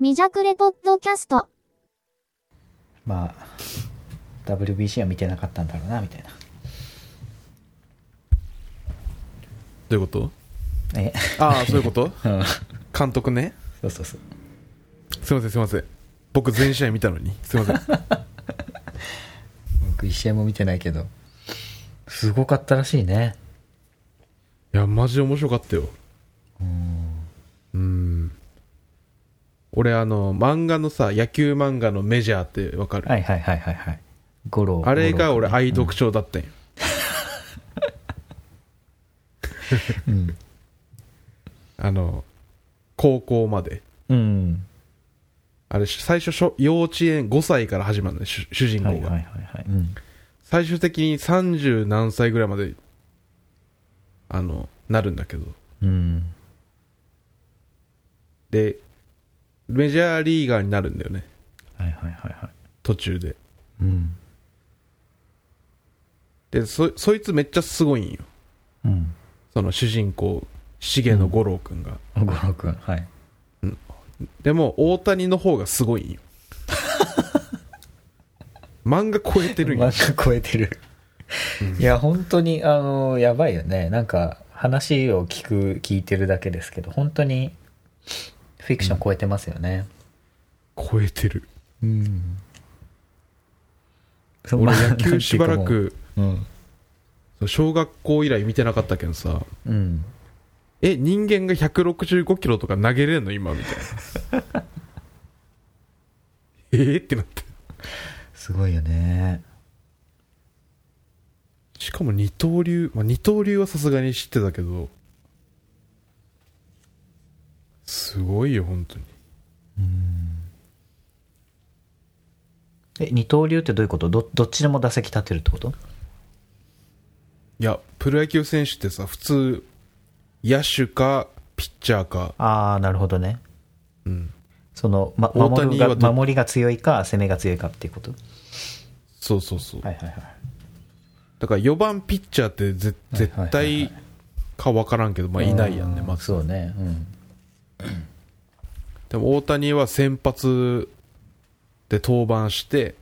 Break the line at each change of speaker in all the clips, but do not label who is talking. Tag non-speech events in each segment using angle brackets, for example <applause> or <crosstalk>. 未着レポッドキャスト。
まあ WBC は見てなかったんだろうなみたいな
どういうこと
え <laughs>
ああそういうこと
うん
監督ね
そうそうそう
すいませんすいません僕全試合見たのにすいません <laughs>
僕一試合も見てないけどすごかったらしいね
いやマジ面白かったようん俺あの漫画のさ野球漫画のメジャーってわかる、
はいはいはいはいはい五郎
あれが
五郎
俺愛読症だったんよ、
うん、
あの高校まで
うん、
あれ最初しょ幼稚園5歳から始まるのね主主人公が、
はいはいはいはい、うん、
最終的に30何歳ぐらいまであのなるんだけど
うん、
でメジャーリーガーになるんだよね
はいはいはいはい
途中で
うん
でそそいつめっちゃすごいんよ
うん
その主人公重野五郎くんが、
五郎君はい
でも大谷の方がすごいんよ漫画超えてるんよ
漫画超えてるいや本当にあのやばいよねなんか話を聞く聞いてるだけですけど本当にフィクション超えてますよね
超えてる
うん
俺
<laughs>
野球しばらく
うん
そう小学校以来見てなかったけどさ
うん
え人間が165キロとか投げれんの今みたいな <laughs> えーってなって
すごいよね
しかも二刀流、まあ、二刀流はさすがに知ってたけどすごいよ本当に
え二刀流ってどういうことどどっちでも打席立てるってこと
いやプロ野球選手ってさ普通野手かピッチャーか
ああなるほどね
うん
その、ま、
大
守
谷
る
は
が
ど
守りが強いか攻めが強いかっていうこと
そうそうそう、
はいはいはい
だから4番ピッチャーってぜ絶対か分からんけど、まあ、いないやんねまず
そうねうん
でも大谷は先発で登板して、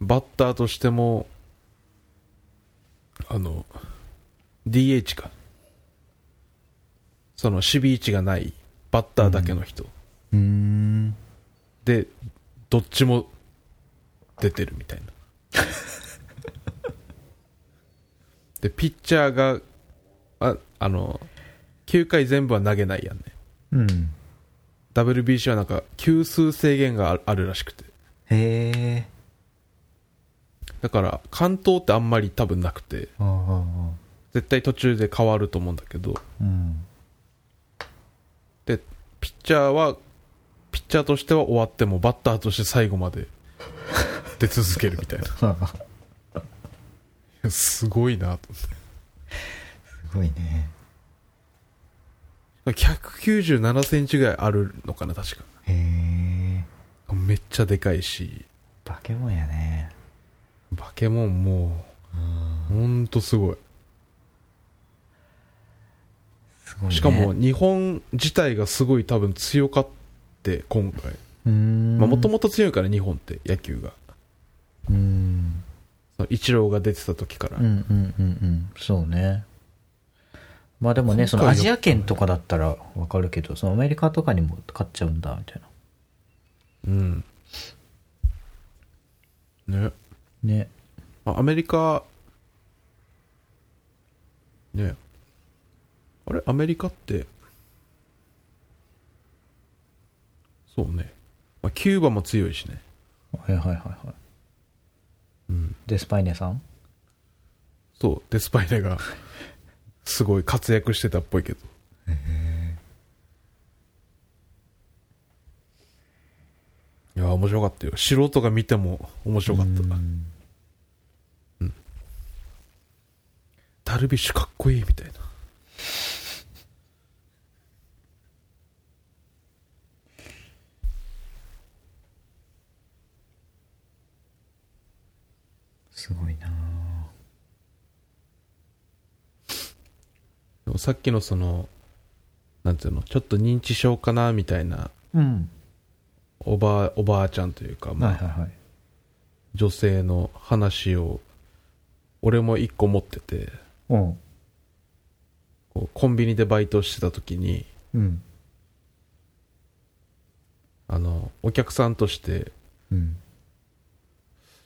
バッターとしてもあの DH かその守備位置がないバッターだけの人、
うん
でどっちも出てるみたいな
<laughs>
でピッチャーがああの9回全部は投げないやんね
うん。
WBC はなんか球数制限があるあるらしくて
へえ。
だから関東ってあんまり多分なくて
ああ。
絶対途中で変わると思うんだけど
うん。 <laughs>
でピッチャーはピッチャーとしては終わってもバッターとして最後まで出続けるみたい
す
なすごいなと
ごいね。
思って197センチぐらいあるのかな確か
へえ。
めっちゃでかいし
バケモンやね。
バケモンもうほんとすごい
すごいね。
しかも、日本自体がすごい多分強かって今回
うん。
もともと強いから日本って野球が
うん。
そのイチローが出てた時から、
うんうんうんうん。そうね。まあでもね、その
今
ア
回よ
ジア圏とかだったらわかるけど、そのアメリカとかにも買っちゃうんだ、みたいな。
うん。ね。
ね。
あアメリカ、ね。あれアメリカって、そうね。まあ、キューバも強いしね。
はいはいはいはい。
うん。
で、スパイネさん
そう、デスパイネが、すごい活躍してたっぽいけど。いや、面白かったよ。素人が見ても面白かった。ダルビッシュかっこいいみたいな。
すごいな
でもさっきのその、なんていうの、ちょっと認知症かなみたいな
うん。
おばあおばあちゃんというか、まあ
はいはいはい。
女性の話を俺も一個持ってて
うん。
こうコンビニでバイトしてた時に
うん。
あのお客さんとして
うん。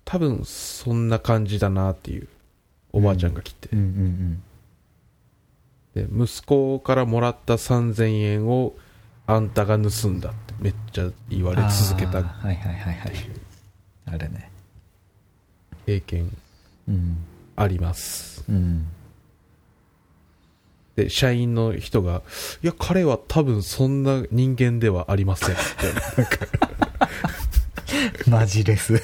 多分そんな感じだなっていうおばあちゃんが来て
う、んうん
で息子からもらった3000円をあんたが盗んだってめっちゃ言
う
わ
ん。
れ続け
あー
た
はいはいはいはい。あれね。
経験
うん。
あります
うん。
で社員の人が「いや彼は多分そんな人間ではありません」ってなんか
マジレス。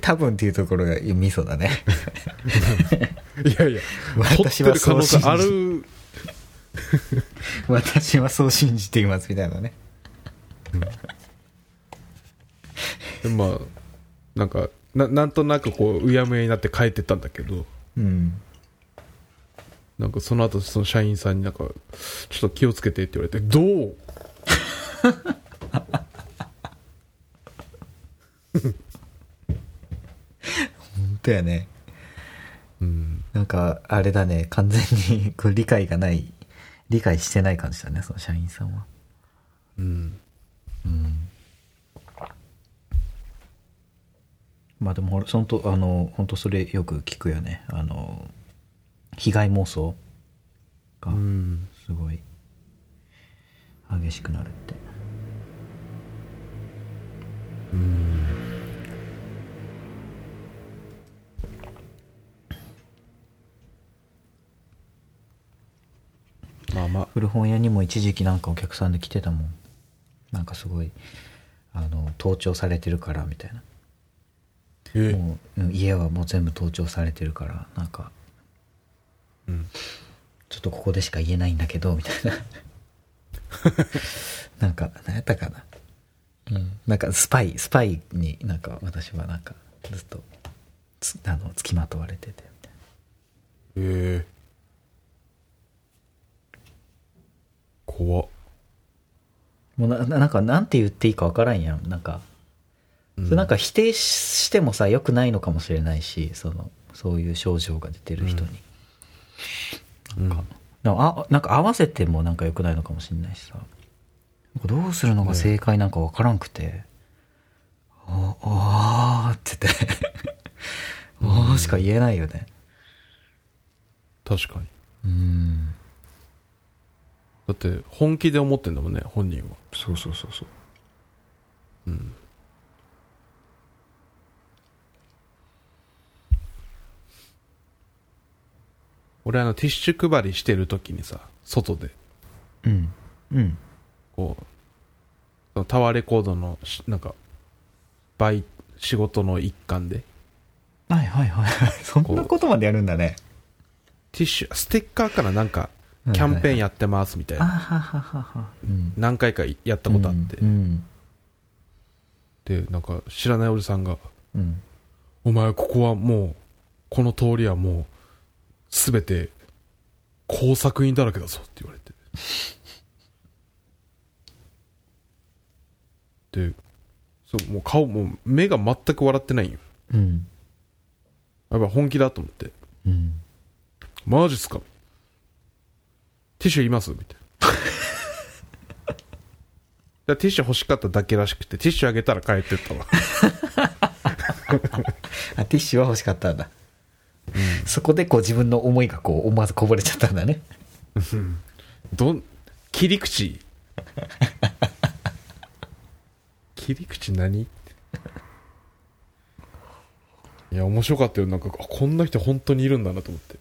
多分っていうところがミソだね。 <laughs>
いやいや掘っ
私
て
は
る可
そ
能
う
性
信
あ
じ、
る
私はそう信じていますみたいなね。
でまあなんかななんとなくこううやむやになって帰ってったんだけど
うん。
なんかその後その社員さんになんか「ちょっと気をつけて」って言われて「どう?」
本当やね。
うん
なんか、あれだね、完全にこう理解がない、理解してない感じだね、その社員さんは。
うん
まあでもほら、そのと、あの、本当それよく聞くよね。あの、被害妄想が
うん
すごい激しくなるって。
まあまあ
古本屋にも一時期なんかお客さんで来てたもん。なんかすごい、あの、盗聴されてるからみたいな。
え
もううん家はもう全部盗聴されてるからなんか、
うん
ちょっとここでしか言えないんだけどみたいななんか何やったかな、うん、なんかスパイスパイになんか私はなんかずっとつあの付きまとわれててみたい
ええ怖っ
なもうなななんかなんて言っていいかわからんやんなんか、それなんか否定ししてもさ良くないのかもしれないしそのそういう症状が出てる人に。
うん
なんかあなんか合わせてもなんか良くないのかもしれないしさなんかどうするのが正解なんか分からんくて、ああーって言ってああしか言えないよね
確かに
うん
だって本気で思ってんだもんね本人は
そうそうそうそう
俺あのティッシュ配りしてる時にさ外で
うんうん
こうそのタワーレコードのしなんかバイ仕事の一環で
はいはいはいはい <laughs> そんなことまでやるんだね
ティッシュステッカーからなんか
はい
キャンペーンやってますみたい
あ
な
ははははうん
何回かやったことあって
うん
でなんか知らないおじさんが
うん
「お前ここはもうこの通りはもう全て工作員だらけだぞ」って言われてでそうもう顔もう目が全く笑ってないんよ
うん
やっぱ本気だと思って
うん
マジっすかティッシュいりますみたいな。だティッシュ欲しかっただけらしくて、ティッシュあげたら帰ってったわ。
あティッシュは欲しかったんだ、そこでこう自分の思いがこう思わずこぼれちゃったんだね
どん、切り口 <laughs> 切り口何いや、面白かったよ。なんか、あこんな人本当にいるんだなと思って。